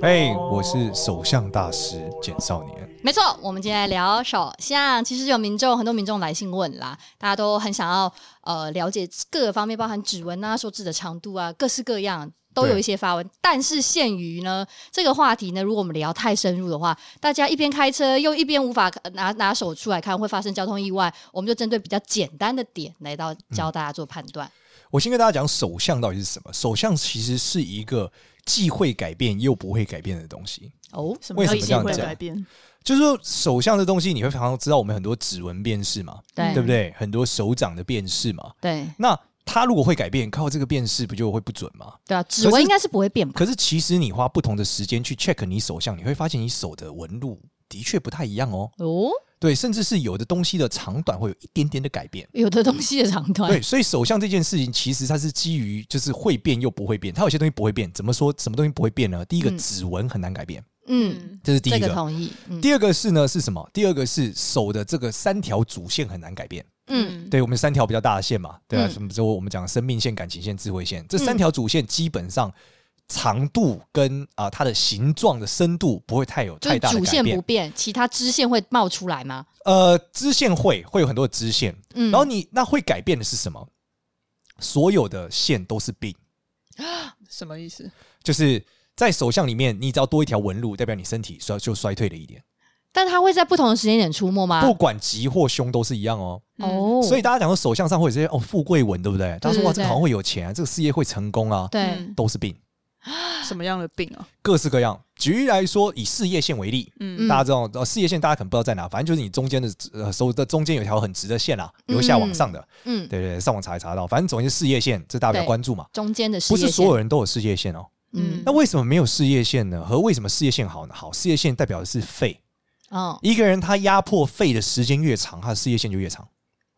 嘿，我是首相大师简少年。没错，我们今天来聊手相。其实有民众，很多民众来信问啦，大家都很想要呃了解各个方面，包含指纹啊、手指的长度啊，各式各样。都有一些发文，但是限于呢这个话题呢，如果我们聊太深入的话，大家一边开车又一边无法呃拿拿手出来看，会发生交通意外。我们就针对比较简单的点来到教大家做判断。我先跟大家讲首相到底是什么。首相其实是一个既会改变又不会改变的东西。哦，什为么什么机这样会讲改变？就是说，首相这东西，你会常常知道我们很多指纹辨识嘛，对对不对？很多手掌的辨识嘛。对那它如果会改变，靠这个辨识不就会不准吗？对啊，指纹应该是不会变吧？可是其实你花不同的时间去 check 你手相，你会发现你手的纹路的确不太一样哦。哦，对，甚至是有的东西的长短会有一点点的改变。有的东西的长短，对，所以手相这件事情，其实它是基于就是会变又不会变，它有些东西不会变。怎么说？什么东西不会变呢？第一个，嗯指纹很难改变，嗯，这是第一这个。个同意，嗯第二个是呢是什么？第二个是手的这个三条主线很难改变。嗯，对我们三条比较大的线嘛，对啊，嗯什么之后我们讲生命线、感情线、智慧线，这三条主线基本上长度跟啊、它的形状的深度不会太有就太是大的主改线变不。变，其他支线会冒出来吗？呃，支线会会有很多的支线，嗯，然后你那会改变的是什么？所有的线都是病，什么意思？就是在手相里面，你只要多一条纹路，代表你身体衰就衰退了一点，但它会在不同的时间点出没吗？不管吉或凶都是一样哦。啊哦，嗯所以大家讲说手相上会有这些哦富贵纹，对不对？大家说哇，对对这个好像会有钱、啊，这个事业会成功啊，对，嗯都是病，什么样的病啊？各式各样。举例来说，以事业线为例，嗯大家知道呃事业线大家可能不知道在哪，反正就是你中间的呃手的中间有一条很直的线啦、由下往上的，嗯，对对对，上网查一查得到，反正总之事业线，这大家比较对关注嘛。中间的事不业是线所有人都有事业线哦。嗯那为什么没有事业线呢？和为什么事业线好呢？好，事业线代表的是肺，哦一个人他压迫肺的时间越长，他的事业线就越长。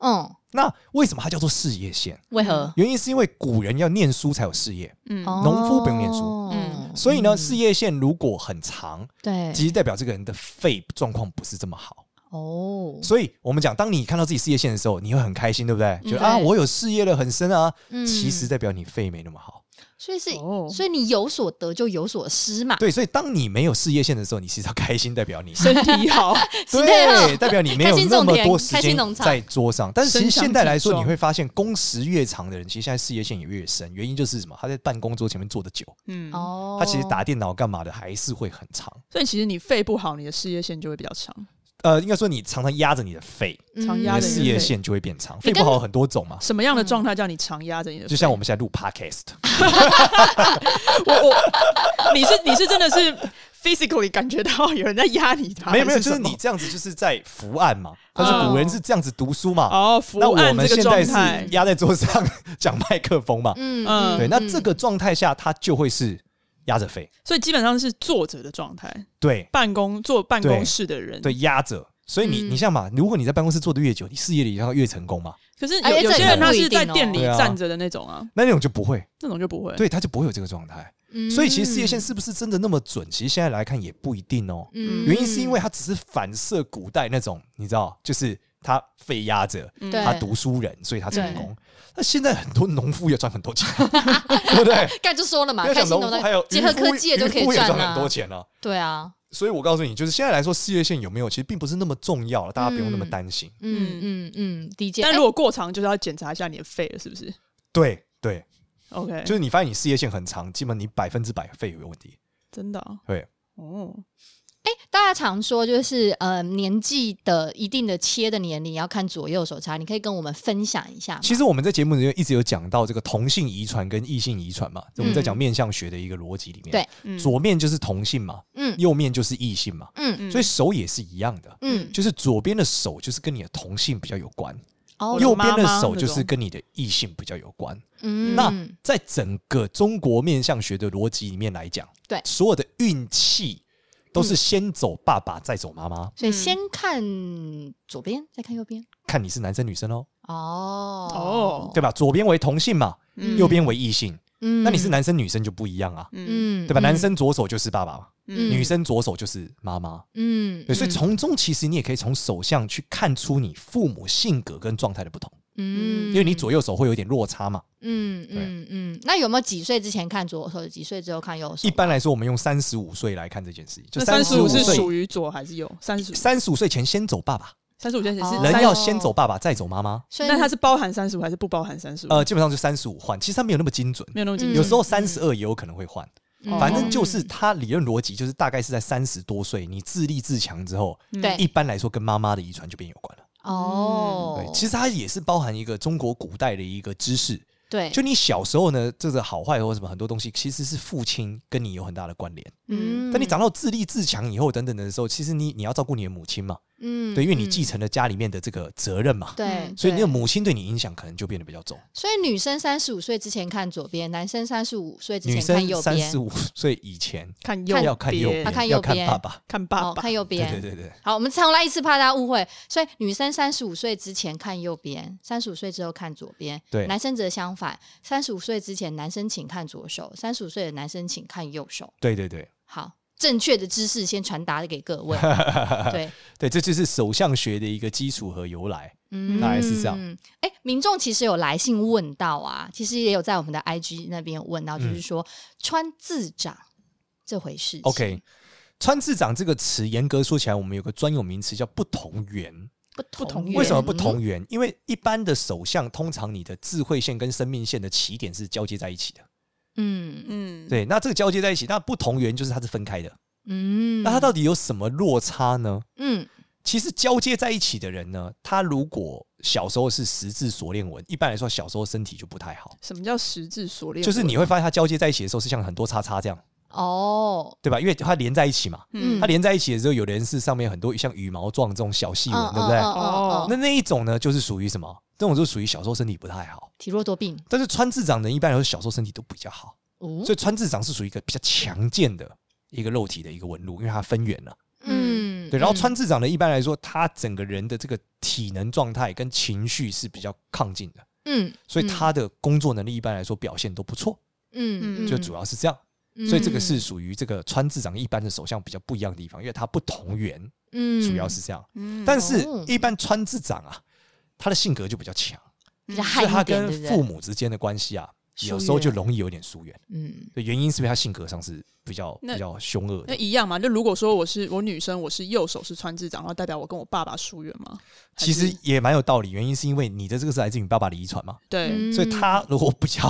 嗯，那为什么它叫做事业线？为何原因是因为古人要念书才有事业，嗯哦农夫不用念书嗯所以呢，嗯事业线如果很长，对其实代表这个人的肺状况不是这么好。哦，所以我们讲，当你看到自己事业线的时候，你会很开心，对不对？觉嗯对得啊，我有事业了，很深啊。嗯其实代表你肺没那么好。所以是哦所以你有所得就有所失嘛，对，所以当你没有事业线的时候，你其实要开心，代表你 身体 好，对，代表你没有那么多时开心间农场在桌上。但是其实现在来说，身强体壮你会发现工时越长的人，其实现在事业线也越深。原因就是什么？他在办公桌前面坐的久，嗯，哦，他其实打电脑干嘛的还是会很长。所以其实你肺不好，你的事业线就会比较长。呃，应该说你常常压着你的肺，嗯常你压的着你的事业线就会变长。肺你跟不好有很多种嘛，什么样的状态叫你常压着你的肺？嗯就像我们现在 录 podcast，我我，你是你是真的是 physically 感觉到有人在压你的，没有没有，还就是什么你这样子就是在伏案嘛。但是古人是这样子读书嘛，哦，伏那我案们这现个在状是态，压在桌上 讲麦克风嘛。嗯嗯对，那这个状态下，他就会是压着肺。所以基本上是坐着的状态，对，办公坐办公对室的人。对，压着。所以你、嗯你像嘛，如果你在办公室坐的越久，你事业里要越成功嘛，可是有、哎有这些个人他不一是在定哦店里对啊站着的那种啊，那那种就不会，那种就不会。对，他就不会有这个状态。嗯所以其实事业线是不是真的那么准？其实现在来看也不一定哦。嗯原因是因为它只是反射古代那种，你知道，就是他肺压着嗯对他读书人，所以他成功。那现在很多农夫也赚 很多钱，对不对？刚才就说了嘛，不要开讲心农农夫，场还有结渔合夫，科技的就可渔以夫也赚赚啊很多钱啊。对啊，所以我告诉你，就是现在来说，事业线有没有，其实并不是那么重要了，大家不用那么嗯担心。嗯嗯嗯，理解。但哎如果过长，就是要检查一下你的肺了，是不是对对， ？OK，就是你发现你事业线很长，基本你百分之百肺有问题。真的啊、对，哦，大家常说就是呃，年纪的一定的切的年龄要看左右手差，你可以跟我们分享一下吗。其实我们在节目里面一直有讲到这个同性遗传跟异性遗传嘛，我们在讲面相学的一个逻辑里面，对嗯左面就是同性嘛，嗯右面就是异性嘛，嗯所以手也是一样的。嗯，就是左边的手就是跟你的同性比较有关，哦我的右边的妈妈手就那是种跟你的异性比较有关。嗯那在整个中国面相学的逻辑里面来讲，对所有的运气都嗯是先走爸爸，再走妈妈，所以先看左边，再看右边。看你是男生女生哦。哦哦哦，对吧？左边为同性嘛，嗯右边为异性，嗯那你是男生女生就不一样啊，嗯嗯，对吧？男生左手就是爸爸嘛，嗯女生左手就是妈妈，嗯对，所嗯以从中其实你也可以从手相去看出你父母性格跟状态的不同，嗯，因为你左右手会有点落差嘛。嗯嗯嗯，那有没有几岁之前看左手，几岁之后看右手？一般来说，我们用三十五岁来看这件事情，就那三十十五五是岁，属于左还是右？三十五，三十五岁前先走爸爸，三十五现在哦是人三要先走爸爸再走妈妈，所以那它是包含三十五还是不包含三十五？呃，，基本上就三十五换，其实它没有那么精准，没有那么精嗯准。有时候三十二也有可能会换，嗯反正就是它理论逻辑就是大概是在三十多岁，你自立自强之后，嗯对一般来说跟妈妈的遗传就变有关了。哦嗯对，，其实它也是包含一个中国古代的一个知识，对，就你小时候呢，这个好坏或什么很多东西，其实是父亲跟你有很大的关联。嗯但你长到自立自强以后，等等的时候，其实你你要照顾你的母亲嘛，嗯对，因为你继记承了家里面的这个责任嘛，对，所以你对的母亲对你影响可能就变得比较重。所以女生三十五岁之前看左边，男生三十五岁之女前看生右三边十，五岁以前看右要看右边边，啊看右要看边爸爸，看哦爸，爸看，右对边，对对对，好，我们重来一次，怕大家误会。所以女生三十五岁之前看右边，三十五岁之后看左边。对男生则相反，三十五岁之前男生请看左手，三十五岁的男生请看右手。对对对好，正确的知识先传达给各 位。对，对，这就是手相学的一个基础和由来。嗯大概是这样。哎、民众其实有来信问到啊，其实也有在我们的 IG 那边有问到，嗯就是说、穿字掌这回事情。 OK，川字掌这个词，严格说起来，我们有个专有名词叫不同源。不不同同源源为什么不同？源？因为一般的手相，通常你的智慧线跟生命线的起点是交接在一起的。嗯嗯，对，那这个交接在一起，那不同源就是它是分开的。嗯，那它到底有什么落差呢？嗯其实交接在一起的人呢，他如果小时候是十字锁链纹，一般来说小时候身体就不太好，什么叫十字锁链？就是你会发现它交接在一起的时候是像很多叉叉这样，哦对吧？因为它连在一起嘛，嗯它连在一起的时候，有的人是上面很多像羽毛状这种小细纹，对不对？嗯嗯嗯嗯哦那那一种呢，就是属于什么？这种就属于小时候身体不太好。体弱多病，但是川字掌人一般来说小时候身体都比较好，哦所以川字掌是属于一个比较强健的一个肉体的一个纹路，因为它分圆了。嗯，对，然后嗯川字掌呢，一般来说他整个人的这个体能状态跟情绪是比较亢进的，嗯，所以他的工作能力一般来说表现都不错，嗯，嗯就主要是这样。嗯所以这个是属于这个川字掌一般的手相比较不一样的地方，因为它不同源，嗯主要是这样。嗯，但是哦一般川字掌啊，他的性格就比较强，比较所害以他一点，跟对不父对？母之间的关系啊，疏有时候就远容易有点疏远。嗯对，原因是因为他性格上是比较那比较凶恶那的。一样嘛？就如果说我是我女生，我是右手是川字掌，然后代表我跟我爸爸疏远吗？还其是实也蛮有道理，原因是因为你的这个是来自于你爸爸的遗传嘛，对，嗯所以他如果比较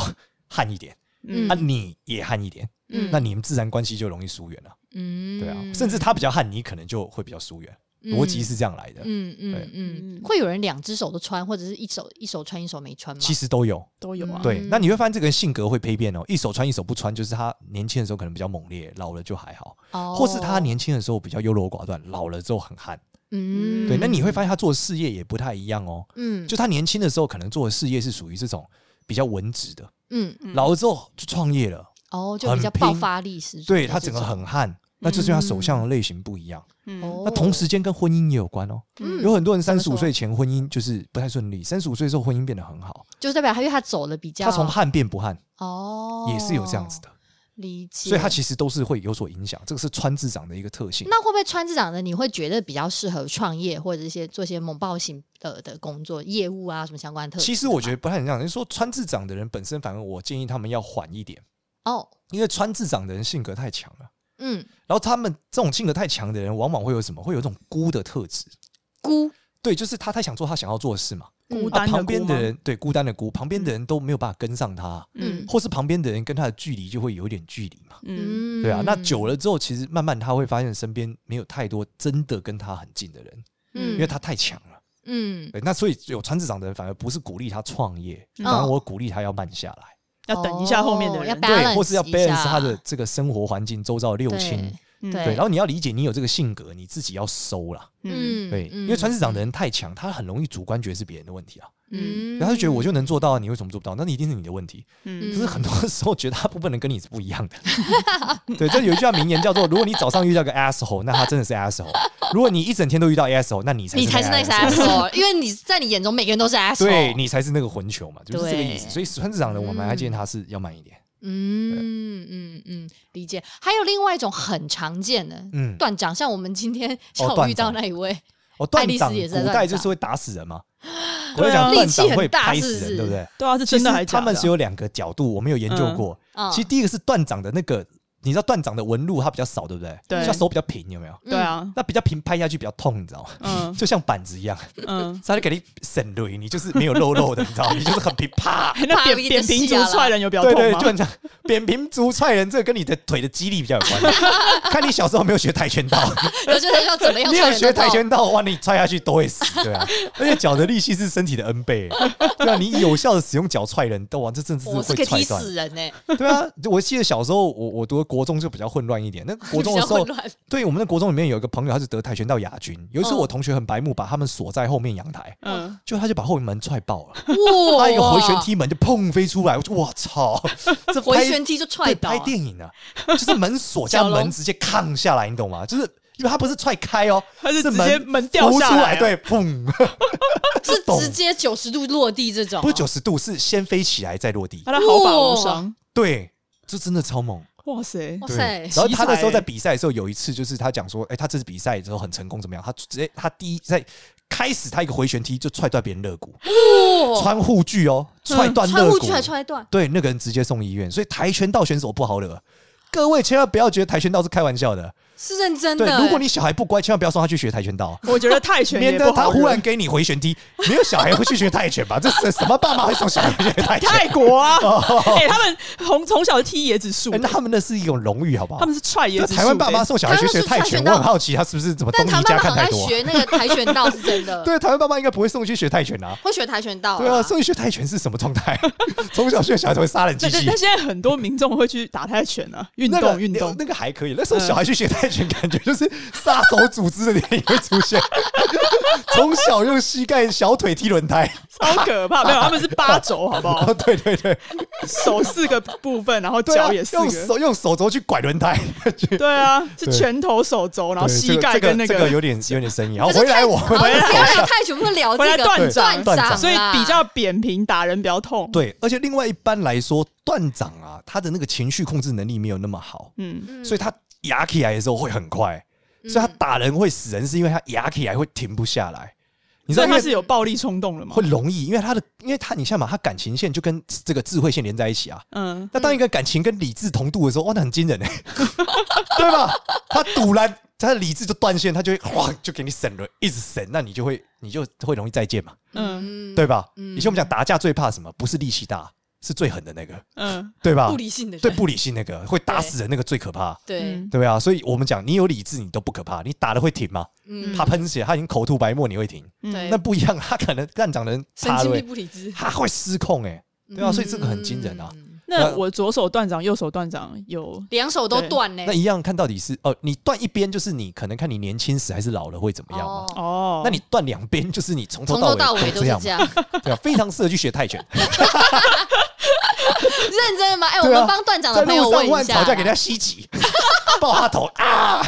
悍一点，嗯那、你也悍一点，嗯那你们自然关系就容易疏远了。嗯，对啊，甚至他比较悍，你可能就会比较疏远，逻辑是这样来的。嗯嗯对嗯，嗯会有人两只手都穿，或者是一手一手穿一手没穿吗？其实都有，都有啊。对，嗯那你会发现这个人性格会丕变哦，一手穿一手不穿，就是他年轻的时候可能比较猛烈，老了就还好，哦，或是他年轻的时候比较优柔寡断，老了之后很悍。嗯，对，那你会发现他做的事业也不太一样哦。嗯就他年轻的时候可能做的事业是属于这种比较文职的，嗯嗯老了之后就创业了，哦，就很比较爆拼发力十足的这种，对他整个很悍，那就是因为他手相的类型不一样。嗯哦那同时间跟婚姻也有关哦，嗯有很多人三十怎么五说岁前婚姻就是不太顺利，三十五岁之后婚姻变得很好，就是代表他，因为他走了比较，他从悍变不悍哦也是有这样子的，理解，所以他其实都是会有所影响，这个是川字长的一个特性。那会不会穿这长的你会觉得比较适合创业或者一些做一些猛爆型的的工作、业务啊什么相关的特质其实我觉得得不太一样，人说川字长的人本身，反而我建议他们要缓一点，哦，因为川字长的人性格太强了。嗯，然后他们这种性格太强的人，往往会有什么？会有一种孤的特质。孤对，就是他太想做他想要做的事嘛。孤啊，单的旁边孤的吗嗯人对孤单的孤，旁边的人都没有办法跟上他，嗯或是旁边的人跟他的距离就会有一点距离嘛。嗯嗯，对啊，那久了之后，其实慢慢他会发现身边没有太多真的跟他很近的人，嗯，因为他太强了。嗯对，那所以有川字长的人反而不是鼓励他创业，嗯反而我鼓励他要慢下来，要等一下后面的哦要人， balance 对，或是要一下 balance 他的这个生活环境周遭的六亲对，对对，然后你要理解你有这个性格，你自己要收啦。嗯嗯，对，嗯因为川市长的人太强，他很容易主观觉得是别人的问题啊。嗯嗯，然后他就觉得我就能做到啊，你为什么做不到？那一定是你的问题。嗯可是很多时候，绝大部分人跟你是不一样 的。对，这有一句话名言叫做：“如果你早上遇到个 asshole，那他真的是 asshole；如果你一整天都遇到 asshole，那你才你才是那 那个 asshole，因为 你在你眼中每个人都是 asshole。对，你才是那个混球嘛，就是这个意思。对所以川市长的我们还建议他是要慢一点。嗯嗯嗯，理解。还有另外一种很常见的嗯，断掌，像我们今天下哦午断遇到掌那一位，哦，断爱丽丝掌也是在古断代掌就是会打死人嘛，我对啊在讲断力气掌很会大拍是死不人，对不是对？对啊，是其真实的还是假他的啊们是有两个角度，我们有研究嗯过。嗯其实第一个是断掌的那个，你知道断掌的纹路它比较少，对不对？对所以它手比较平，有没有？对啊，那比较平拍下去比较痛，你知道吗？嗯就像板子一样， 嗯，所以它就给你省雷，你就是没有肉肉的，你知道吗？你就是很平，啪！那扁怕你的扁平足戏啊啦踹人有比较对痛对，吗就？很像扁平足踹人，这个跟你的腿的肌力比较有 关。看你小时候有没有学跆拳道，我觉得要怎么样 你踹有人学都跆痛拳道，哇，你踹下去都会死，对啊。而且脚的力气是身体的 N 倍，对啊，你有效的使用脚踹人，哇，这真的是我是会可以踹踢断。死人呢、欸，对啊，我记得小时候我我读的国中就比较混乱一点，那个国 中比的较时混候，乱。对我们的国中里面有一个朋友，他是得跆拳道亚军。有一次嗯我同学很白目，把他们锁在后面阳台，嗯，就他就把后门踹爆了，哇他一个回旋，踢门就砰飞出来，我就我操，这拍回旋踢就踹对倒拍啊、电影啊， 就是门锁加小龙门直接抗下来，你懂吗？就是因为他不是踹开哦，他是直接门门掉浮下出来来，啊对，砰，是懂直接九十度落地这种啊，不是九十度，是先飞起来再落地他，的毫发无伤，对，这真的超猛。哇塞，哇对，塞然，后他那时奇才欸候在比赛的时候，有一次就是他讲说，哎、他这次比赛之后很成功，怎么样？他直接他第一在开始他一个回旋踢就踹断别人肋骨，哇穿护具哦，踹断啊穿肋护骨，具还踹断，对，那个人直接送医院。所以跆拳道选手不好惹，各位千万不要觉得跆拳道是开玩笑的。是认真的、对欸。，如果你小孩不乖，千万不要送他去学跆拳道。我觉得泰拳免也得不他好惹，忽然给你回旋踢，没有小孩会去学泰拳吧？这是什么爸妈会送小孩去学泰拳？泰国啊，哎，他们从从小踢椰子树哦哎，那他们那是一种荣誉，好不好他？们是踹椰就子树的。哎台湾爸妈送小孩去学他泰拳，们是跆拳我道很好奇他是不是怎么东但尼他家妈妈看好太像多？啊学那个跆拳道是真的， 对，台湾爸妈应该不会送去学泰拳啊。会学跆拳道、对啊，送去学泰拳是什么状态？从小学小孩都会杀人机但但器但，现在很多民众会去打泰拳啊，运那个动运动，那个还可以。那时候小孩去学泰拳，感觉就是杀手组织的电影会出现，从小用膝盖、小腿踢轮胎。超可 怕。没有，他们是八肘，好不好？哦，对对对，手四个部分，然后对啊脚也，四用个。手用手肘去拐轮胎，对啊，是对拳头、手 肘，然后对膝盖这个跟那这个这个有点有点生意。好，可是回来泰我们哦不要聊泰拳，不能聊回来这个断掌断断掌，掌所以比。较扁平，打人比较痛。，对，而且另外一般来说，段长啊，他的那个情绪控制能力没有那么好，嗯，嗯所以他压起来的时候会很快，嗯所以他打人会死人，是因为他压起来会停不下来。你知所道以因他为是有暴力冲动了吗会？容易，因为他的，因为他你像嘛，他感情线就跟这个智慧线连在一起啊。嗯，那当一个感情跟理智同度的时候，哇，那很惊人哎、 对吧？他堵然，他的理智就断线，他就会哗就给你省了，一直省，那你就会你就会容易再见嘛，嗯对吧？嗯以前我们讲打架最怕什么？不是力气大，是最狠的那个，嗯对吧？不理性的人，啊对不理性那个会打死人那个最可怕，对，嗯对啊，所以我们讲你有理智你都不可怕，你打了会停吗？嗯，他喷血，他已经口吐白沫，你会停？嗯对那不一样，他可能干长人神他经会病不理智，他会失控哎、对啊，嗯所以这个很惊人啊。嗯，那我左手断掌，右手断掌有两手都对断呢那。一样看到底是哦，你断一边就是你可能看你年轻时还是老了会怎么样嘛？哦，哦。那你断两边就是你从头从头到到尾都都这是样这嘛，样， 对啊，非常适合去学泰拳。认真的吗？哎，我对啊们帮段长在的朋友路上问乱一下吵架，给人啦，家袭击，爆他头啊，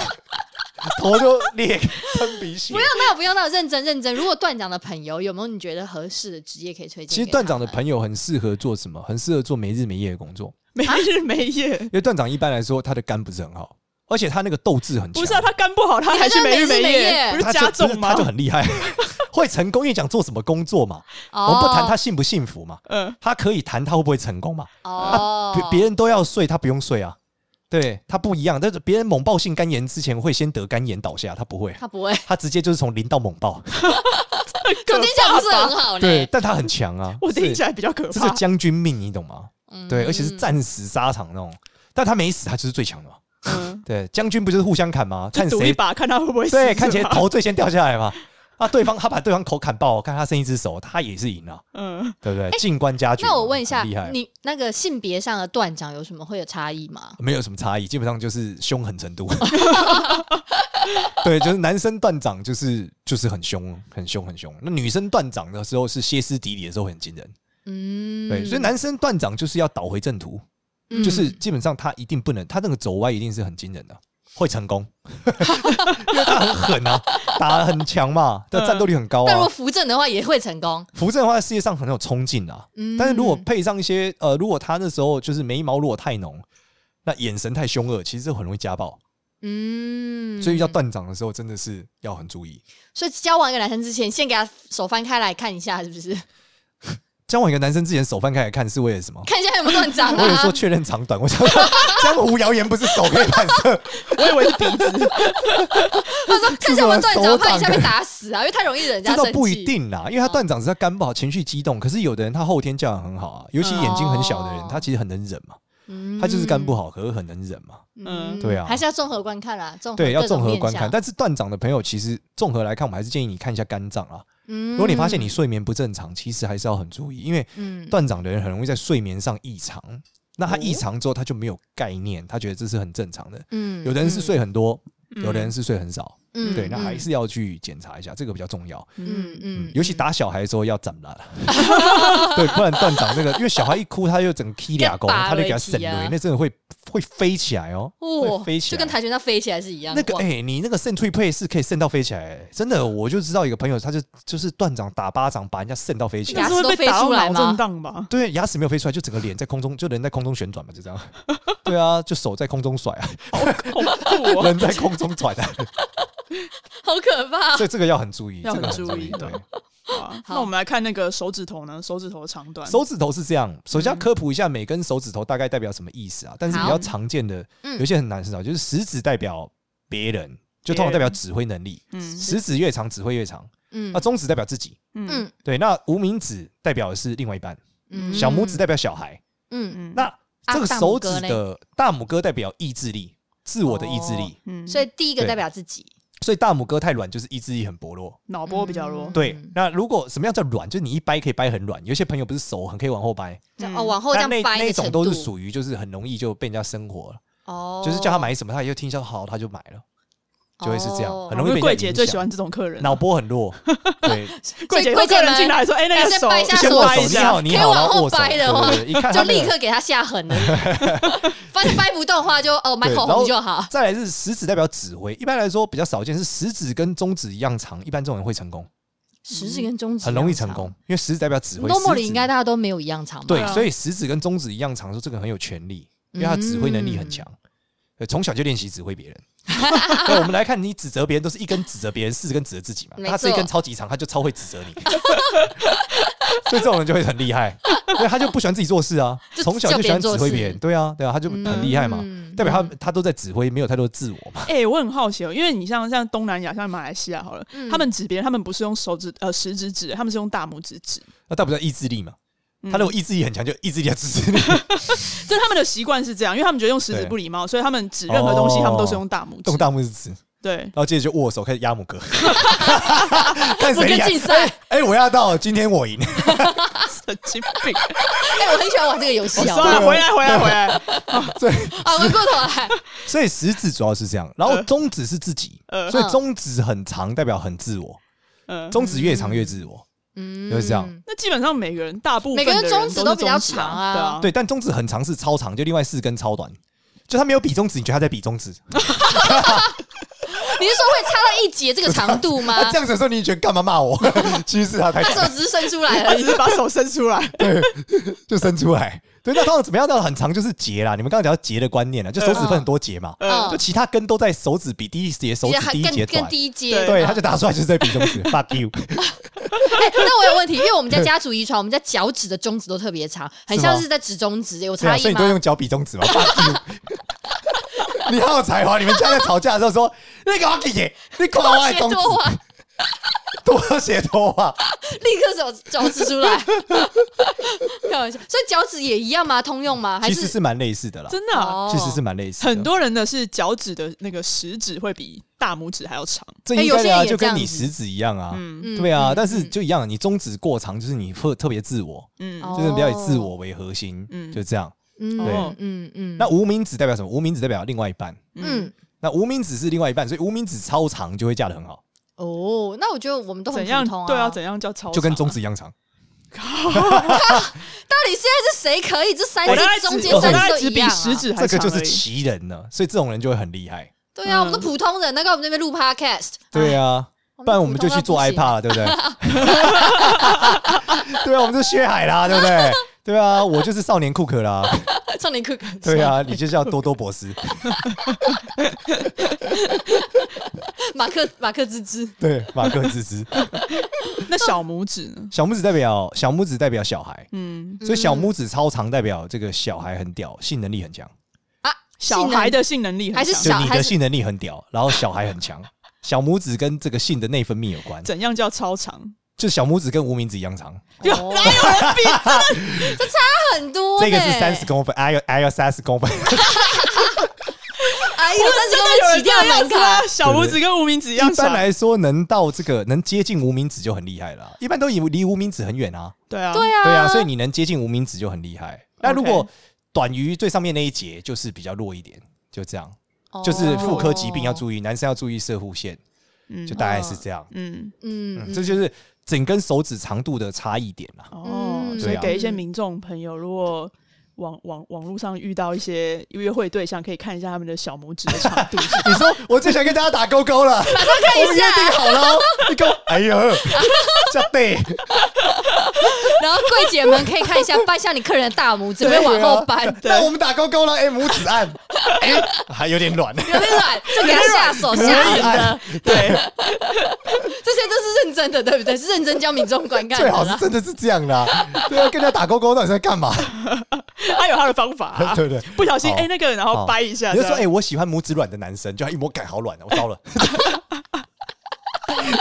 头就裂，喷鼻血不。要闹，不要闹，认真认真。如果段长的朋友有没有你觉得合适的职业可以推荐给他们？其实段长的朋友很适合做什么？很适合做没日没夜的工作，没日 没夜因，为段长一般来说他的肝不是很好，而且他那个斗志很强。不是啊，他肝不好，他你还还是在没日没日没夜，夜不是他就加不是重吗他就？很厉害，会成功。因为讲做什么工作嘛，哦，我们不谈他幸不幸福嘛， 嗯，他可以谈他会不会成功嘛。哦，别别人都要睡，他不用睡啊。对他不一样，但是别人猛爆性肝炎之前会先得肝炎倒下，他不会，他不会， 他直接就是从零到猛爆。我听起来不 是很可怕吧好呢。对，，但他很强啊， 我听是起来比较可这是怕。将军命，你懂吗？嗯嗯对，而且是战死沙场那种，但他没死，他就是最强的嘛。嗯， 对，将军不就是互相砍吗？就看赌一谁把，看他会不会死。对，看是谁吧头最先掉下来嘛。那对方他把对方口砍爆，看他剩一只手，他也是赢了，嗯，对不对？静观家局嘛。那我问一下很厉害，，你那个性别上的断掌有什么会有差异吗？没有什么差异，基本上就是凶 狠程度。对，就是男生断掌就是就是很凶，很凶，很凶。那女生断掌的时候是歇斯底里的时候很惊人，嗯，对，所以男生断掌就是要倒回正途，嗯就是哦基本上他一定不能，他那个走歪一定是很惊人的，会成 功，因为他很狠啊，打得很强嘛，他战斗力很高嗯但如果啊。扶正的话也会成功。扶正的话，世界上很有冲劲啊。嗯，但是如果配上一些呃，如果他那时候就是眉毛如果太浓，那眼神太凶恶，其实很容易家暴。嗯，所以要断掌的时候，真的是要很注意。所以交往一个男生之前，先给他手翻开来看一下，是不 是？交往一个男生之前，手翻开来看是为了什么？看一下有没有断掌 我有啊说？确认长短，我想说江湖谣言不是手可以反射，我以为是鼻子， 他说看一下有没有断是我掌，怕手掌一下被打死啊，因为太容易惹人这家倒生气。不一定啦，因为他断掌只是他干不好，情绪激动。可是有的人他后天教养很好啊，尤其眼睛很小的人嗯哦，他其实很能忍嘛，嗯，他就是干不好，可是很能忍嘛。嗯对啊还是要综合观看啦，综合对，要各种综合面观看。向。但是断掌的朋友，其实综合来看，我还是建议你看一下肝脏啊。如如果你发现你睡眠不正常，其实还是要很注意，因为嗯断掌的人很容易在睡眠上异常。那他哦异常之后，他就没有概念，他觉得这是很正常的。嗯有的人是睡很多，嗯有的人是睡很少，嗯对，那还嗯是要去检查一下，这个比较重要。嗯嗯嗯，，尤其打小孩的时候要斩 了，对，不然断掌那个，因为小孩一哭，他就整个踢俩给狗，他拔他就给了他一省击啊雷，那真的会会飞起来哦，哇会飞起就来，跟跆拳道飞起来是一样。那个哇哎、你那个肾退配是可以肾到飞起来、真的，我就知道一个朋友，他就就是断掌打巴掌，把人家肾到飞起应来。该是会被打到脑震荡 吧？对，牙齿没有飞出来，就整个脸在空中，就人在空中旋转嘛，就这样。对啊，就手在空中甩啊，好 酷哦！人在空中转啊，好可怕！所以这个要很注意，要这个很很注注意意。对，哇那我们来看那个手指头呢？手指头的长短，手指头是这样，首先要科普一下每根手指头大概代表什么意思啊？但是比好较常见的，嗯有些很难很少，就是食指代表别人，就通常代表指挥能力，嗯食指越长指挥越长，嗯那中指代表自己，嗯嗯对，那无名指代表的是另外一半，嗯小拇指代表小孩，嗯，嗯，那这个大拇手指哥嘞的大拇哥代表意志力，自我的意志力，嗯，所以第一个对代表自己，所以大拇哥太软就是意志力很薄弱。脑波比较弱嗯，对，那如果什么样叫软，就是你一掰可以掰很软，有些朋友不是手很可以往后掰，这样嗯哦，往后这那样那掰那的种程都度是属于就是很容易就被人家生活了，哦，就是叫他买什么，他也就听一下好，他就买了，就会是这样，哦很容易被人家柜姐影最响喜欢这种客人了，啊脑波很弱， 对，柜姐所以会柜姐客人们进来说：“哎，那要个先手掰一下就先手握 指手，你好，你可以好，往然后后握手，掰的哦对对对，一 看就他那个立刻给他下狠 了。发现掰不动的话就，哦买对口然红后就好。再来是食指代表指挥，一般来说比较少见，是食指跟中指一样长，一般这种人会成功，食指跟中指很容易一样成长功，。因为食指代表指挥。 Normally 食指应该大家都没有一样长吧？对对啊，所以食指跟中指一样长，说这个很有权利，嗯因为他指挥能力很强。对，从小就练习指挥别人。 对，我们来看，你指责别人都是一根指责别人，四根指责自己嘛。没他这一错根超级长，他就超会指责你， 所以这种人就会很厉害，因为他就不喜欢自己做事啊，就从小就喜欢指挥叫别别人做人。事对啊，对啊，他就很厉害嘛，嗯代表他他都在指挥，没有太多自我嘛。哎、我很好奇哦，因为你像像东南亚，像马来西亚好了，嗯他们指别人，他们不是用手指呃食指指，他们是用大拇指指，那代表意志力嘛。嗯他如果意志力很强，就意志力要支持你。这他们的习惯是这样，因为他们觉得用食指对不礼貌，所以他们指任何东西，哦他们都是用大拇指动。大拇指指，然对， 后接着就握手，开始压拇哥， 看不谁跟厉害竞。赛。哎、我压到，今 天我赢。神经病！ 哎，我很喜欢玩这个游戏我哦。算了，回来回来回来。所以，啊，回过头来，所以食指主要是这样，然后嗯中指是自己，呃所以中指很长，代表很自我。 嗯、中指越长越自我，嗯就是这样。那基本上每个人大部分每个人的中指指都都比较长啊啊，对啊，对，但中指很长是超长，就另外四根超短。就他没有比中指，你觉得他在比中指？啊你是说会差到一节这个长度 吗？他这样子的时候，你觉得干嘛骂我？ 其实是他太他手只是伸出 来他 而只已。是把手伸出来，就伸出来。对，那通常怎么样叫很长？就是节啦。你们刚刚讲到节的观念啊了，就嗯手指分很多节嘛，呃哦就其他根都在手指比第一节手指第一节更更短。低嗯阶。对，他就打出来就是在比中指 ，fuck you。哎，那我有问题，因为我们家家族遗传，我们家脚趾的中指都特别长，很是吗像是在指中指，有对差啊，所异以你都吗？用脚比中指嘛，fuck you。你好有才华！你们家在吵架的时候说：“那个阿弟姐，你夸我的学 中指，多话，多写多话。立刻手脚指出 来。开玩笑，所以脚趾也一样吗？通用吗？”还其实是是蛮类似的啦，真的啊、哦其实是蛮类似的。很多人的是脚趾的那个食指会比大拇指还要长。这哎应有该些的啊，也就这跟样你子食指一样啊，嗯嗯对啊，嗯但是嗯就一样，你中指过长，就是你特特别自我，嗯哦就是比较以自我为核心，嗯就这样。嗯对嗯嗯嗯，那无名指代表什么？无名指代表另外一半，嗯，嗯那无名指是另外一半，所以无名指超长就会嫁得很好，哦，那我觉得我们都怎很样普通？对啊，啊，怎样叫超？就跟中。指一样长。到底现在是谁可以？这三我大概只只中间我三大概只只都一样比啊食指还这个长就而是已奇人呢，所以这种人就会很厉害。对啊，我们嗯都普通人，那个我们这边录 podcast，对啊，不不然我们就去做 iPad 了，对不对？ 对啊，我们就薛海啦，对不对？对啊，我就是少年库克啦， 少年酷感。对，啊，你就叫多多博士，马克马克孜孜，对，马克思之。那小拇指呢？小拇指代表小拇指代表小孩，嗯，所以小拇指超长代表这个小孩很屌，性能力很强，小孩的性能力很还是强小就你还的性能力很屌，然后小孩很强。小拇指跟这个性的内分泌有关，怎样叫超长？就小拇指跟无名指一样长，有哦哪有 人比？他很多呢。这个是三十公分，哎呦哎呦三十公分，哎呦，三十公有分人起跳这样门子啊吗槛，？小拇指跟无名指一样一般长。来说能到这个能接近无名指就很厉害了啊，一般都以离无名指很远啊，对啊，对啊，对啊，所以你能接近无名指就很厉害。那如 OK 果短于最上面那一节，就是比较弱一点，就这样，哦就是妇科疾病要注意，男生要注意射护腺，嗯就大概是这样。嗯嗯，嗯，嗯这就是整根手指长度的差异点啦。哦嗯，所以对啊给一些民众朋友，如果网网网络上遇到一些约会对象，可以看一下他们的小拇指的长度。你说 我最想跟大家打勾勾了，我们约定好了哦，你勾，哎呦，这对，然后柜姐们可以看一下，掰向你客人的大拇指，别往后 掰，有那我们打勾勾了，哎，拇指按，哎，还有点软，点软，就给他下手可以吓人的按。对， 这些都是认真的，对不对？是认真教民众观看最好的是啦。真的是这样 啦。对啊，跟人家打勾勾到底在干嘛？，他有他的方法啊对对不小心好哎那个，然后好掰一下，你就说，这哎，样我喜欢拇指软的男生，就要一摸，感好软，我糟 了。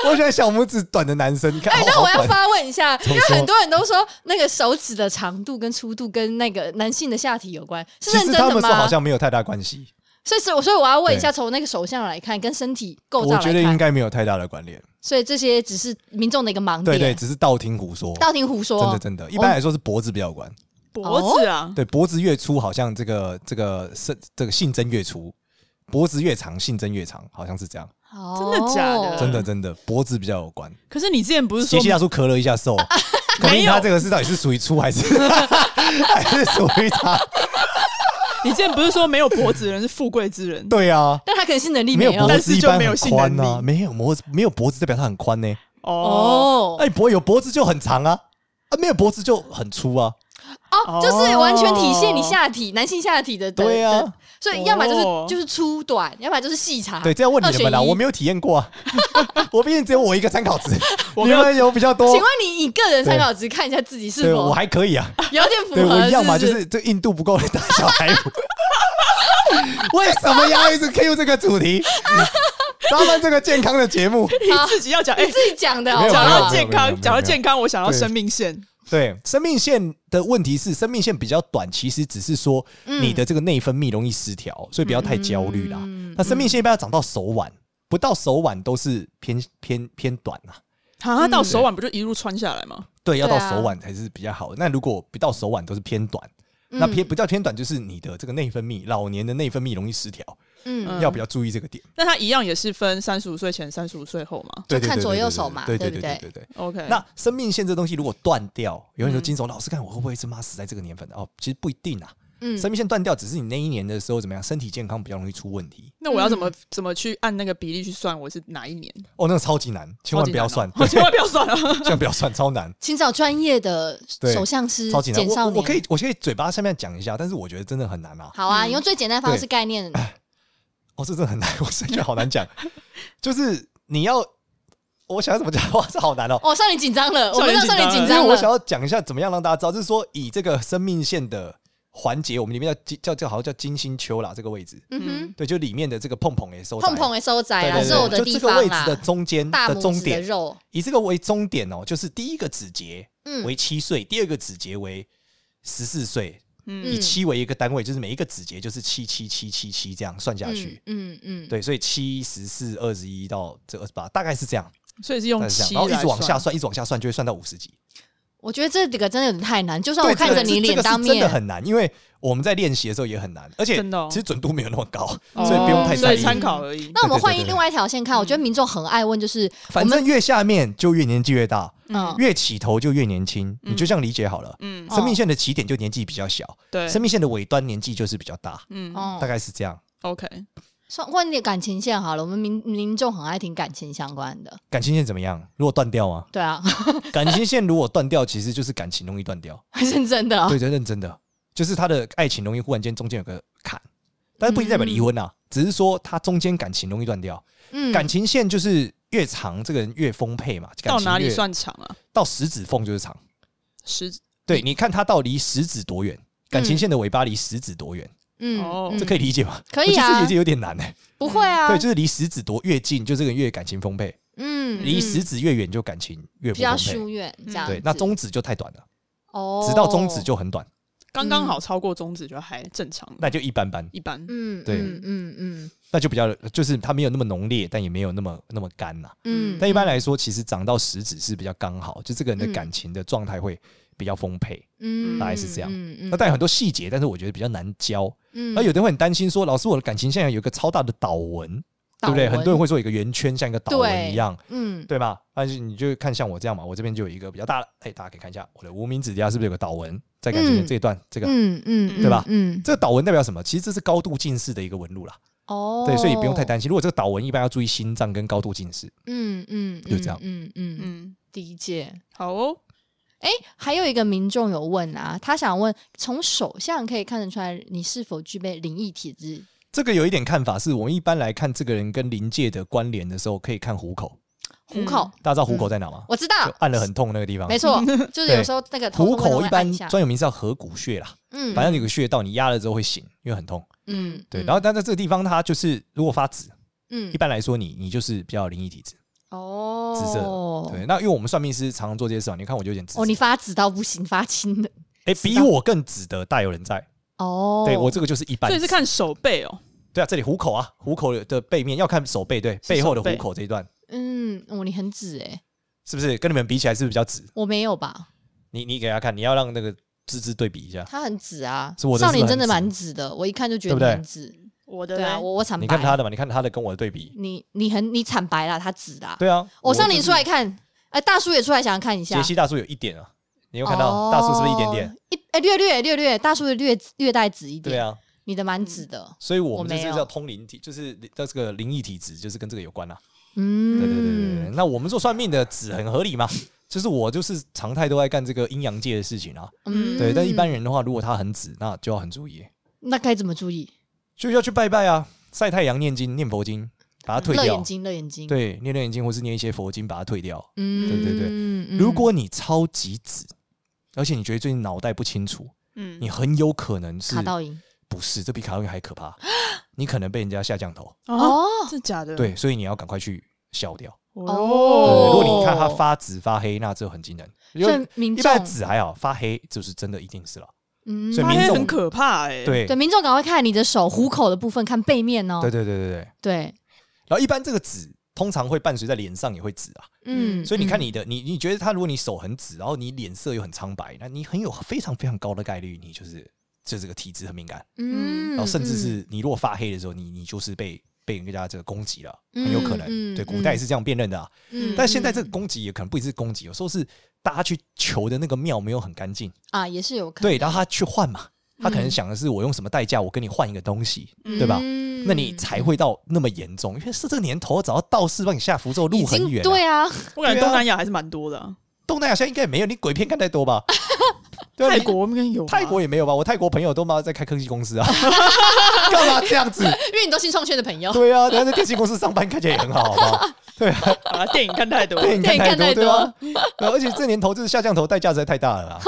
我喜欢小拇指短的男生，你看，哎，那好我要短发问一下， 怎因么为说很多人都说那个手指的长度跟粗度跟那个男性的下体有关，是其认实真他的们说好吗？像没有太大关系，所以，所以所以我要问一下，对从那个手相来看，跟身体构造我来觉得应看，该没有太大的关联。所以这些只是民众的一个盲对对，点。只是道听途说，道听胡真的说，真的。一般来说是脖子比较有关，脖子啊，对，脖子越粗，好像这个这个是这个性征越粗，脖子越长，性征越长，好像是这样。真真的假的真的嗯真的，脖子比较有关。可是你之前不是杰啊说西大叔咳了一 下嗽，肯没定有他这个是到底是属于粗 还是还是属于长？你之前不是说没有脖子的人是富贵之人？对啊。但他可能是能力没有有脖但子是一就般没有很性宽能啊，力没有脖子没有脖子代表它很宽呢、哦哦那，你脖有脖子就很长啊，啊没有脖子就很粗啊。哦，就是完全体现你下体、男性下体的。的对啊，的所以要么就是、哦就是粗短，要么就是细长。对，这要问你二选们啦，一我没有体验过啊， 我毕竟只有我一个参考值，我你没有们有比较多请。问你以个人参考值看一下自己是对，否我还可以啊，有点符对我合，一样嘛，是就不是这硬度不够的大小孩舞。 为什么要一直 Q 这个主题？ 咱们这个健康的节目，你自己要讲哎你。自己讲的，没有讲好不到好没有健康，讲到健康，我想到对生命线。对生命线的问题是，生命线比较短，其实只是说嗯你的这个内分泌容易失调，所以不要太焦虑啦。嗯那生命线一般要长到手腕，不到手腕都是偏偏偏短啊。啊，到手腕不就一路穿下来吗？对，要对到啊手腕才是比较好的。那如果不到手腕都是偏短，嗯那偏不叫偏短，就是你的这个内分泌，老年的内分泌容易失调，嗯嗯要比较注意这个点。那它一样也是分三十五岁前、三十五岁后嘛对就对看对左对右对手嘛对对对不对对对对。 ？OK，那生命线这东西如果断掉，有人说嗯金手老师看我会不会是妈死在这个年份的？哦，其实不一定啊。嗯生命线断掉，只是你那一年的时候怎么样，身体健康比较容易出问题。那我要怎么怎么去按那个比例去算我是哪一年？哦，那个超级难，千万不要算，我 千哦万不要算啊！ 千万不要算，超难，请找专业的对手相师超级难。简我嗯少我年。我可以，我可以嘴巴下面讲一下，但是我觉得真的很难啊。好啊，嗯你用最简单的方式概念。哦，这真的很难，我真的觉得好难讲。 就是你要，我想要怎么讲，哇，这好难哦。哦，少年紧张了，我少们年让少年紧紧因为张我想了。要讲一下怎么样让大家知道，就是说以这个生命线的环节，我们里面叫金叫叫好像叫金星丘啦，这个位置，嗯对，就里面的这个碰碰也收哼，窄碰碰，的收窄对啦，嗯对肉对，的就地这方个位置啦，的中间大的拇终指的点，肉，以这个为终点哦，就是第一个指节嗯为七岁，第二个指节为十四岁，嗯以七为一个单位，就是每一个子节就是七七七七七这样算下去。嗯嗯，嗯，对，所以七十四、二十一到这二十八，大概是这样，所以是大用概是这样，七，然后一直往下，算，一直往下算，就会算到五十几。我觉得这几个真的有点太难，就算对，我看这着个你这脸这个是当真的面，很难，因为我们在练习的时候也很难，而且真的哦其实准度没有那么高，哦所以不用太所在以意。参考而已。那我们对对换对对另外一条线看，我觉得民众很爱问，就是反正越下面就越年纪越大，嗯越起头就越年轻，你就这样理解好了。嗯，生命线的起点就年纪比较小，对，生命线的尾端年纪就是比较大，嗯哦大，概是这样。 ，OK，算问点感情线好了，我们民民众很爱听感情相关的，感情线怎么样？如果断掉 吗？对啊，感情线如果断掉，其实就是感情容易断掉。认真的哦对，真认真的，就是他的爱情容易忽然间中间有个坎，但是不一定代表离婚啊，只是说他中间感情容易断掉。嗯，感情线就是越长，这个人越丰沛嘛。感到情哪里越？算长啊？到食指缝就是长。十对，嗯你看他到离食指多远？感情线的尾巴离食指多远？嗯，哦嗯这可以理解吗？可以啊我觉得这也有点难哎、不会啊，对，就是离食指多越近，就这个人越感情丰沛；嗯，离嗯食指越远，就感情越不比较丰沛。疏远这嗯样子，对，那中指就太短了，哦，直到中指就很短，刚刚好超过中指就还正常了，那就一般般，一般。嗯，对嗯嗯嗯那就比较就是它没有那么浓烈，但也没有那么那么干呐、嗯，但一般来，来说，其实长到食指是比较刚好，就这个人的感情的状态会比较丰沛。嗯，大概是这样嗯嗯，那但有很多细节，但是我觉得比较难教。嗯，那有的人会很担心说，老师，我的感情现在有一个超大的岛纹，对不对？岛纹很多人会说有一个圆圈像一个岛对纹一样，嗯对吧？但是你就看像我这样嘛，我这边就有一个比较大的，哎，大家可以看一下我的无名指底下是不是有个岛纹？在感情嗯线这一段，这个、嗯嗯，对吧嗯，这个岛纹代表什么？其实这是高度近视的一个纹路啦，哦，对，所以不用太担心。如果这个岛纹一般要注意心脏跟高度近视，嗯，嗯嗯，就这样嗯嗯嗯，嗯，理解。好哦，哎，还有一个民众有问啊，他想问，从手相可以看得出来你是否具备灵异体质？这个有一点看法是，我们一般来看这个人跟临界的关联的时候，可以看虎口。虎口，大家知道虎口在哪吗？我知道就，按了很痛那个地方。嗯啊 没错，就是有时候那个头虎痛会口会一按般下专有名叫合谷穴啦，嗯，反正有个穴道，你压了之后会醒，因为很痛。嗯，对，嗯然后但在这个地方，它就是如果发紫，嗯一，般来说你你就是比较灵异体质，哦，紫色的。对，那因为我们算命师常常做这些事嘛，你看我就有点紫色。哦，你发紫到不行，发青的，哎，紫比到我更紫的大有人在。哦， 对我这个就是一般所紫，以是看手背哦，对啊，这里虎口啊，虎口的背面要看手背，对，背后的手背虎口这一段嗯，哦，你很紫哎、是不是跟你们比起来是不是比较紫？我没有吧？你你给他看，你要让那个芝芝对比一下，他很紫啊，是我的少是年很真的紫蛮紫的，我一看就觉得对不对你很紫。我的对啊，嘞我我惨白，你看他的嘛，你看他的跟我的对比，你你很你惨白啦，他紫啦。对啊，我上就你是出来看，哎，大叔也出来想要看一下杰。西大叔有一点啊，你有看到大叔是不是一点点？哦？一哎，略略略略，大叔的略略带紫一点。对，啊，你的蛮紫的。所以我我们没这有是叫通灵体，就是这是个灵异体质，就是跟这个有关啦。嗯，对对对对对，那我们做算命的子很合理嘛，就是我就是常态都在干这个阴阳界的事情啊。嗯对，但一般人的话，如果他很子，那就要很注意，那该怎么注意？就要去拜拜啊，晒太阳、念经、念佛经，把它退乐眼掉。睛，乐眼睛。，对，念念经或是念一些佛经，把它退掉。嗯，对对对对如果你超级子，而且你觉得最近脑袋不清楚，嗯你很有可能嗯是卡到音不是，这比卡通还可怕。 你可能被人家下降头，啊，哦，是假的，对，所以你要赶快去消掉。对，哦如果你看它发紫发黑，那这很惊人。因所为以民一众般的紫还好，发黑就是真的一定是了。嗯，所以发民黑众很可怕哎，，对，对民众赶快看你的手虎口的部分，看背面哦对。对对对对。对，然后一般这个紫通常会伴随在脸上也会紫啊，嗯，所以你看嗯你的你你觉得他如果你手很紫，然后你脸色又很苍白，那你很有非常非常高的概率你就是就这个体质很敏感，嗯，然后哦甚至嗯是你如果发黑的时候，你你就是被被人家这个攻击了，很有嗯可嗯能。对，古代也是这样辨认的啊。嗯但现在这嗯个攻击也可能不只是攻击，有时候是大家去求的那个庙没有很干净，啊也是有可能，嗯对，然后他去换嘛，他可能想的是我用什么代价我跟你换一个东西，对吧？嗯那你才会到那么严重，因为是这个年头，找到道士帮你下符咒已路很经远、啊。对啊， 我感觉对啊东南亚还是蛮多的啊，东南亚现在应该也没有，你鬼片看太多吧？对啊，泰你国应该有吧，泰国也没有吧？我泰国朋友都妈在开科技公司啊， 干嘛这样子？因为你都新创圈的朋友，对啊，人家在电信公司上班看起来也很好，好不好？对啊，啊，电影看太多了， 电影电看影太看太多，对多吧？对啊而且这年头就是下降头代价实在太大了啦。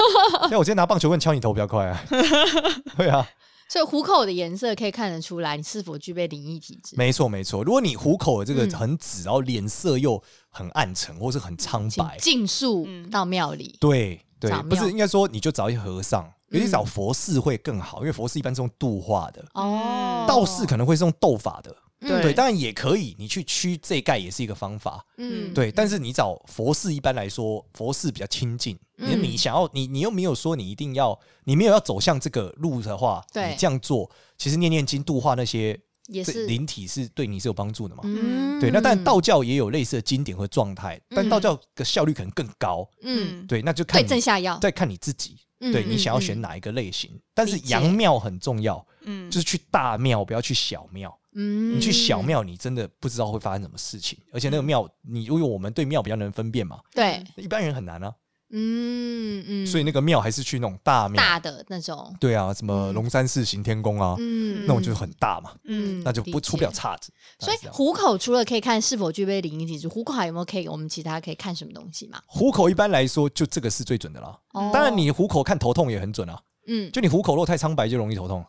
像我今天拿棒球棍敲你头比较快啊。 对啊，所以虎口的颜色可以看得出来你是否具备灵异体质。没错没错。如果你虎口的这嗯个很紫，然后脸色又很暗沉，或是很苍请白，尽速嗯到庙里。对对找，不庙是应该说你就找一些和尚，尤其找佛寺会更好，因为佛寺一般是用度化的，哦，道士可能会是用斗法的。嗯对，当然也可以，你去驱这盖也是一个方法。嗯对，但是你找佛寺一般来说，佛寺比较亲近。你、嗯你想要你你又没有说你一定要，你没有要走向这个路的话，对你这样做，其实念念经度化那些也这是灵体是对你是有帮助的嘛。嗯对，那但道教也有类似的经典和状态，但道教的效率可能更高。嗯对，那就看对你症下药，再看你自己，嗯对嗯你想要选嗯哪一个类型。但是理解阳庙很重要，嗯就是去大庙，不要去小庙。嗯嗯你去小庙，你真的不知道会发生什么事情。而且那个庙，你因为我们对庙比较能分辨嘛，对，一般人很难啊。嗯嗯，所以那个庙还是去那种大庙，大的那种，对啊，什么龙山寺行天宫啊，嗯，那种就是很大嘛，嗯嗯那就不理出不了解岔子。所以大概是这样虎口除了可以看是否具备灵异体质，虎口还有没有可以我们其他可以看什么东西嘛？虎口一般来说就这个是最准的啦。哦当然，你虎口看头痛也很准啊，嗯，就你虎口肉太苍白就容易头痛。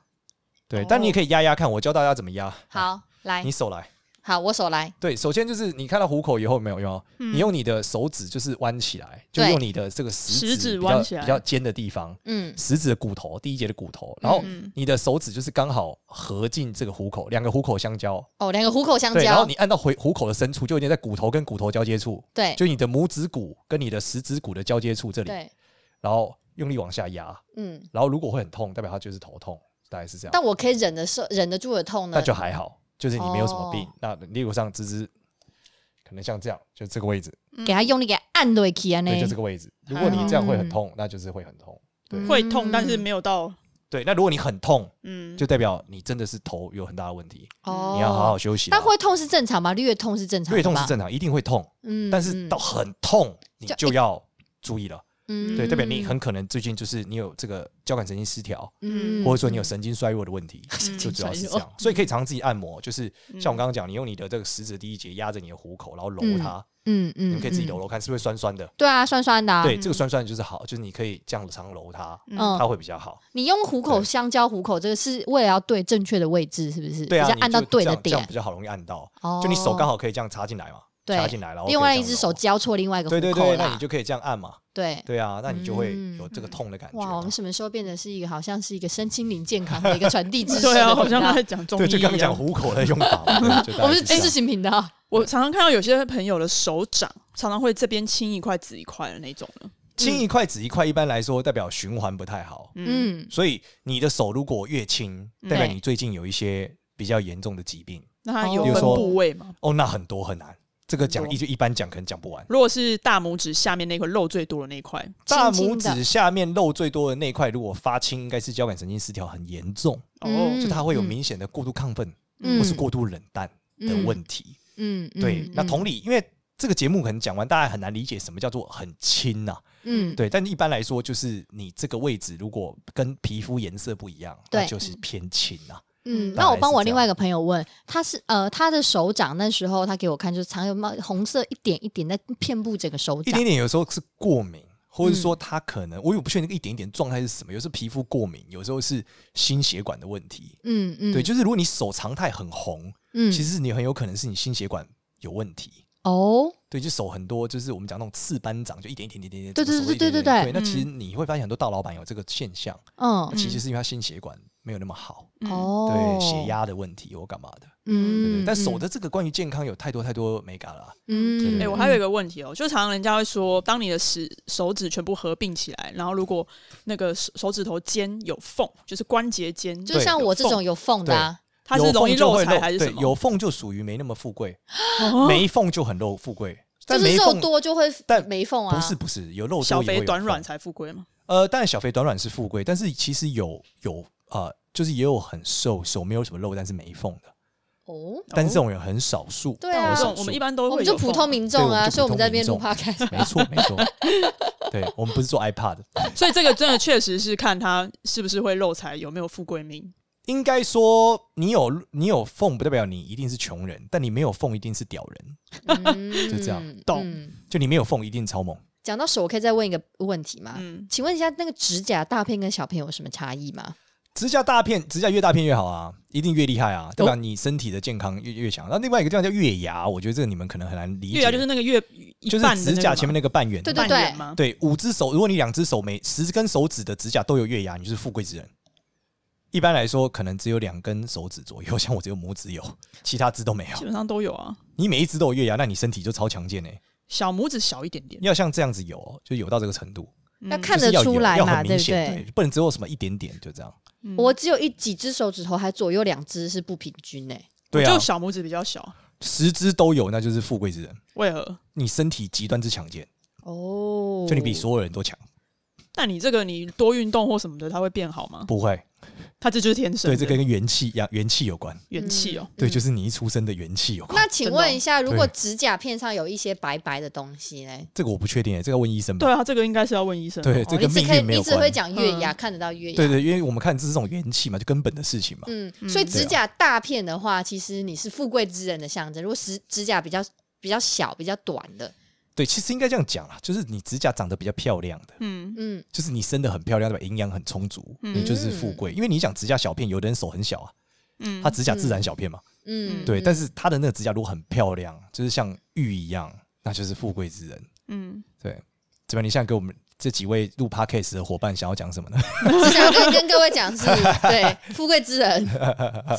对哦，但你也可以压压看，我教大家怎么压。啊，好，来你，手来。好，我手来，对，首先就是你看到虎口以后有没有用啊？嗯你用你的手指就是弯起来，就对用你的这个食食指比弯较起来比较尖的地方，嗯食指的骨头第一节的骨头，然后嗯你的手指就是刚好合进这个虎口，两个虎口相交，哦，两个虎口相对，然后交你，按到回虎口的深处，就有点在骨头跟骨头交接处，对就你的拇指骨跟你的食指骨的交接处这里，对，然后用力往下压，嗯，然后如果会很痛，代表它就是头痛，大概是这样，但我可以忍得受，忍得住的痛呢那？就还好，就是你没有什么病。哦那例如上芝芝，可能像这样，就这个位置，给他用力给他按对起啊，呢对，，就这个位置。如果你这样会很痛，那就是会很痛。对嗯会痛，但是没有到对，那如果你很痛，嗯，就代表你真的是头有很大的问题，哦，你要好好休息啊。但会痛是正常吗？略痛是正常，略痛是，正常，一定会痛，嗯但是到很痛，你就就要注意了。嗯对，代表你很可能最近就是你有这个交感神经失调，嗯或者说你有神经衰弱的问 题，就主要是这样。所以可以常常自己按摩，就是嗯像我刚刚讲，你用你的这个食指的第一节压着你的虎口，然后揉它，嗯嗯，你们可以自己嗯揉，揉看，是不是酸酸的？对啊，酸酸的啊，对，这个酸酸的就是好，就是你可以这样常揉它，嗯它，会比较好。你用虎口对相交虎口，这个是为了要对正确的位置，是不是？对啊，比你较按到就对这的样这样点比。较好容易按到。哦就你手刚好可以这样插进来嘛，对插进来，然后另外可以一这样只手揉交错另外一个虎对口对对，啦那你就可以这样按嘛。对。对啊，那你就会嗯有这个痛的感觉哇，我嘛们。什么时候变得是一个好像是一个身心灵健康的一个传递知识的频对道？啊，好像在讲中医嗯对，一就刚刚讲样。虎口的用法嘛，对就大概 我们是这知样识型频道。我常常看到有些朋友的手掌常常会这边青一块紫一块的那种的，青一块紫一块，一般来说代表循环不太好，嗯嗯，所以你的手如果越青，代表你最近有一些比较严重的疾病那它哦有比如分说部位吗？哦，那很多很难。这个讲很多一就一般讲可能讲不完。如果是大拇指下面那块肉最多的那一块，大青拇青的指下面肉最多的那块，如果发青，应该是交感神经失调很严重，哦，就它会有明显的过度亢奋嗯或是过度冷淡的问题。嗯，嗯对嗯，那同理，因为这个节目可能讲完，大家很难理解什么叫做很轻呐、嗯对，但一般来说，就是你这个位置如果跟皮肤颜色不一样，对那就是偏轻啊。嗯，大那我概帮是我这另外样一个朋友问，他是呃他的手掌那时候他给我看，就是常有冒红色一点一点在遍布整个手一掌点。点有时候是过敏，或者说嗯它可能、我也不确定那个一点点状态是什么，有时候皮肤过敏，有时候是心血管的问题。嗯嗯，对，就是如果你手常态很红，嗯其实你很有可能是你心血管有问题。哦，对，就手很多，就是我们讲那种刺斑长，就一点一点点点点，对整个对手一对点对点对对，那其实你会发现很多大老板有这个现象，嗯其实是因为他心血管没有那么好，嗯哦，对血，压的问题或干嘛的。对嗯对，但手嗯的这个关于健康有太多太多美感了。对嗯，对哎、对我还有一个问题哦，就常常人家会说，当你的食手指全部合并起来，然后如果那个手手指头尖有缝，就是关节尖，就是像我这种有缝的啊，它是有容易缝就漏会财还是什对，么？有缝就属于没那么富贵，哦没缝就很漏富贵。就但是没肉缝多就会但没缝啊，不是不是有漏多小也会肥有短缝软才富贵嘛。呃，当然小肥短软是富贵，但是其实有有呃，就是也有很瘦，手没有什么肉，但是没缝的。哦，但是这种人很少数，对但啊我这很种少我数们一般都我会们有就普缝通，民众对我啊，们就所以我们在那边录普通 podcast，没错没错，对我们不是做 iPad，的 所以这个真的确实是看它是不是会漏财，有没有富贵命。应该说你有你有缝，不代表你一定是穷人，但你没有缝一定是屌人，嗯就这样懂嗯就你没有缝一定超猛。讲到手，我可以再问一个问题吗？嗯，请问一下，那个指甲大片跟小片有什么差异吗？指甲大片，指甲越大片越好啊，一定越厉害啊，对哦吧？你身体的健康越越强。那另外一个地方叫月牙，我觉得这个你们可能很难理解，月啊牙就是那个月一就是半的指甲前面那那个半圆，对个嘛半圆吗？对，五只手，如果你两只手每十根手指的指甲都有月牙，你就是富贵之人。一般来说，可能只有两根手指左右，像我只有拇指有，其他只都没有基。本上都有啊。你每一只都有月牙，那你身体就超强健哎、小拇指小一点点你，要像这样子有、哦，就有到这个程度，嗯要看就是得要有出来要嘛，很对明不显，对？不能只有什么一点点，就这样。嗯我只有一几只手指头，还左右两只是不平均呢、对我嗯啊就，小拇指比较小，十只都有，那就是富贵之人。为何？你身体极端之强健，哦，就你比所有人都强，那你这个你多运动或什么的，它会变好吗？不会。它这就是天生对，的，这跟元气一样，元气有关。元气哦。对，就是你一出生的元气有关。嗯那请问一下，的哦如果指甲片上有一些白白的东西呢？这个我不确定欸，这个要问医生吧对。啊，这个应该是要问医生。对，哦这你跟只命可以运没你有只关会。讲月牙，看得到月牙。对啊对，因为我们看这是种元气嘛，就根本的事情嘛。嗯，所以指甲大片的话，其实你是富贵之人的象征。如果指指甲比较比较小、比较短的，对，其实应该这样讲啦，就是你指甲长得比较漂亮的，嗯，嗯，就是你生的很漂亮，对吧？营养很充足，你就是富贵。因为你想指甲小片，有的人手很小啊，嗯他指甲自然小片嘛，嗯，对。嗯但是他的那个指甲如果很漂亮，就是像玉一样，那就是富贵之人。嗯，对，这边你现在给我们这几位录 podcast 的伙伴想要讲什么呢？只想跟跟各位讲 是，对，富贵之人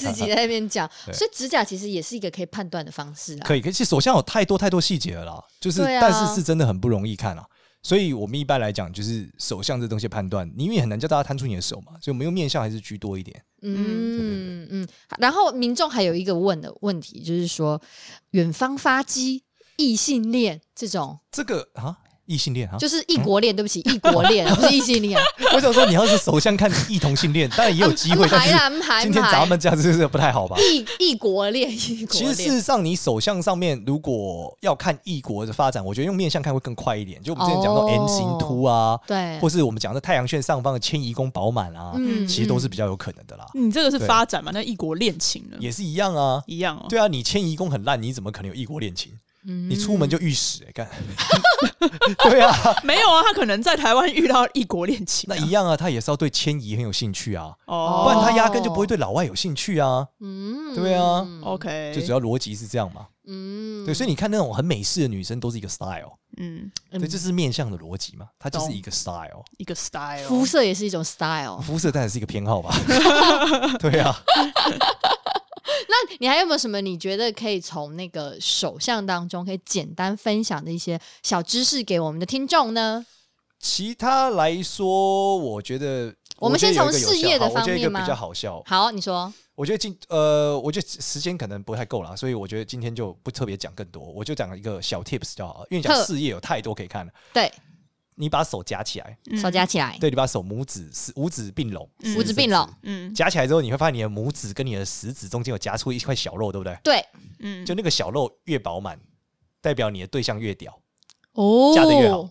自己在那边讲， 对所以指甲其实也是一个可以判断的方式啊。可以，可以，其实手相有太多太多细节了啦，就是、对啊但是是真的很不容易看啊。所以我们一般来讲，就是手相这东西判断，你因为很难叫大家摊出你的手嘛，所以我们用面相还是居多一点。嗯嗯，然后民众还有一个问的问题，就是说远方发机、异性恋这种，这个啊，异性恋啊，就是异国恋，对不起，异国恋不是异性 恋，我想说，你要是手相看异同性恋，当然也有 机会，但还啦，是嗯还今天咱们这样就是不太好吧？异异国恋，异国其实事恋。实上，你手相上面如果要看异国的发展，我觉得用面相看会更快一点。就我们之前讲到哦 N 型凸啊，对，或是我们讲的太阳穴上方的迁移宫饱满啊，嗯其实都是比较有可能的啦，嗯你这个是发展嘛？那异国恋情呢？也是一样啊。一样哦。对啊，你迁移宫很烂，你怎么可能有异国恋情？嗯你出门就遇屎、欸， 干。对啊，没有啊，他可能在台湾遇到异国恋情啊。那一样啊，他也是要对迁移很有兴趣啊，哦，不然他压根就不会对老外有兴趣啊。嗯对啊 OK，就主要要逻辑是这样嘛。嗯对，所以你看那种很美式的女生都是一个 style，嗯嗯对，这是面向的逻辑嘛，它就是懂一个 style。一个 style 肤色也是一种 style。啊肤色当然是一个偏 好吧，对啊，那你还有没有什么你觉得可以从那个手相当中可以简单分享的一些小知识给我们的听众呢？其他来说，我觉得我们先从觉得有一个有事业的效好我觉得一方面个吗比较好笑。好，你说，我觉得今呃，我觉得时间可能不太够啦，所以我觉得今天就不特别讲更多，我就讲一个小 tips 就好了。因为讲呵事业有太多可以看了，对，你把手夹起来，手夹起来，对，你把手拇指是五指并拢，嗯五指并拢，嗯夹起来之后，你会发现你的拇指跟你的食指中间有夹出一块小肉，对不对？对，嗯，就那个小肉越饱满，代表你的对象越屌，哦夹得越好，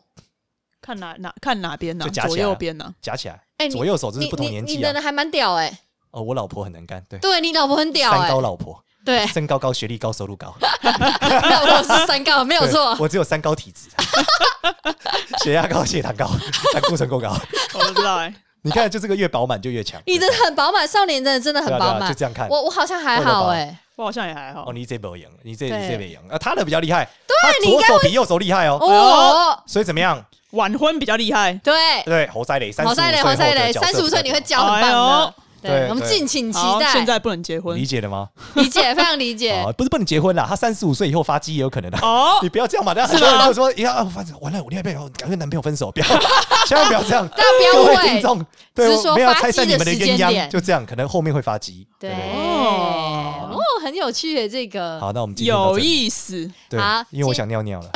看哪哪看哪边呢？就夹起左来右边 呢？夹起来。哎你左右手这你是不同你年你纪的啊。人还蛮屌哎、哦，我老婆很能干，对，对你老婆很屌三哎、高老婆，对，身高高，学历高，收入高，你老婆是三 高，没有对错，我只有三高体质， 血压高，血糖高， 胆固醇过高。我不知道哎，你看，就这个越饱满就越强。你的很饱满，少年真的真的很对啊对啊饱满就。这样看。我我好像还好哎、我好像也还好哦，。你这边赢，你这你对这边赢啊，他的比较厉害，对他你应左该手比右手厉害哦。哦，所以怎么样？晚婚比较厉害，对，对，侯赛雷，三十好五赛岁嘞，后好赛的嘞，角色三十五岁比你会较屌教很棒的。哎呦对，对我们敬请期好，待。现在不能结婚理解了吗？理解，非常理解啊，。不是不能结婚啦，他三十五岁以后发鸡也有可能的。哦你。不要这样嘛，那很多人就说，哎呀，反正完了，我另外一半要赶跟男朋友分手，不要，千万不要这样。大家不要 各误位听会，众，对，只是说我没有发拆散鸡你的们的时间鸳鸯，点就这样，可能后面会发鸡。对，哦哦，很有趣耶，这个。好，那我们今天到有这里意思，对好，因为我今想尿 尿了，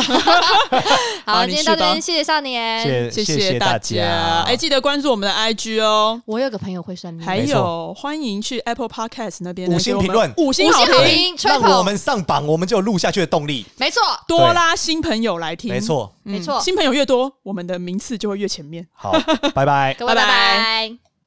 好，好今你天到去这边，吧谢谢少年。谢谢谢大家。嗯哎，记得关注我们的 IG 哦，我有个朋友会算命，还没错有欢迎去 Apple Podcast 那边呢五星给我们评论五星五好星好评，评，吹让我捧，们上榜，我们就有录下去的动力。没错，多拉新朋友来听，没错，嗯，没错 新朋友越多，我们的名次就会越前面。好，拜拜。各位拜拜拜拜。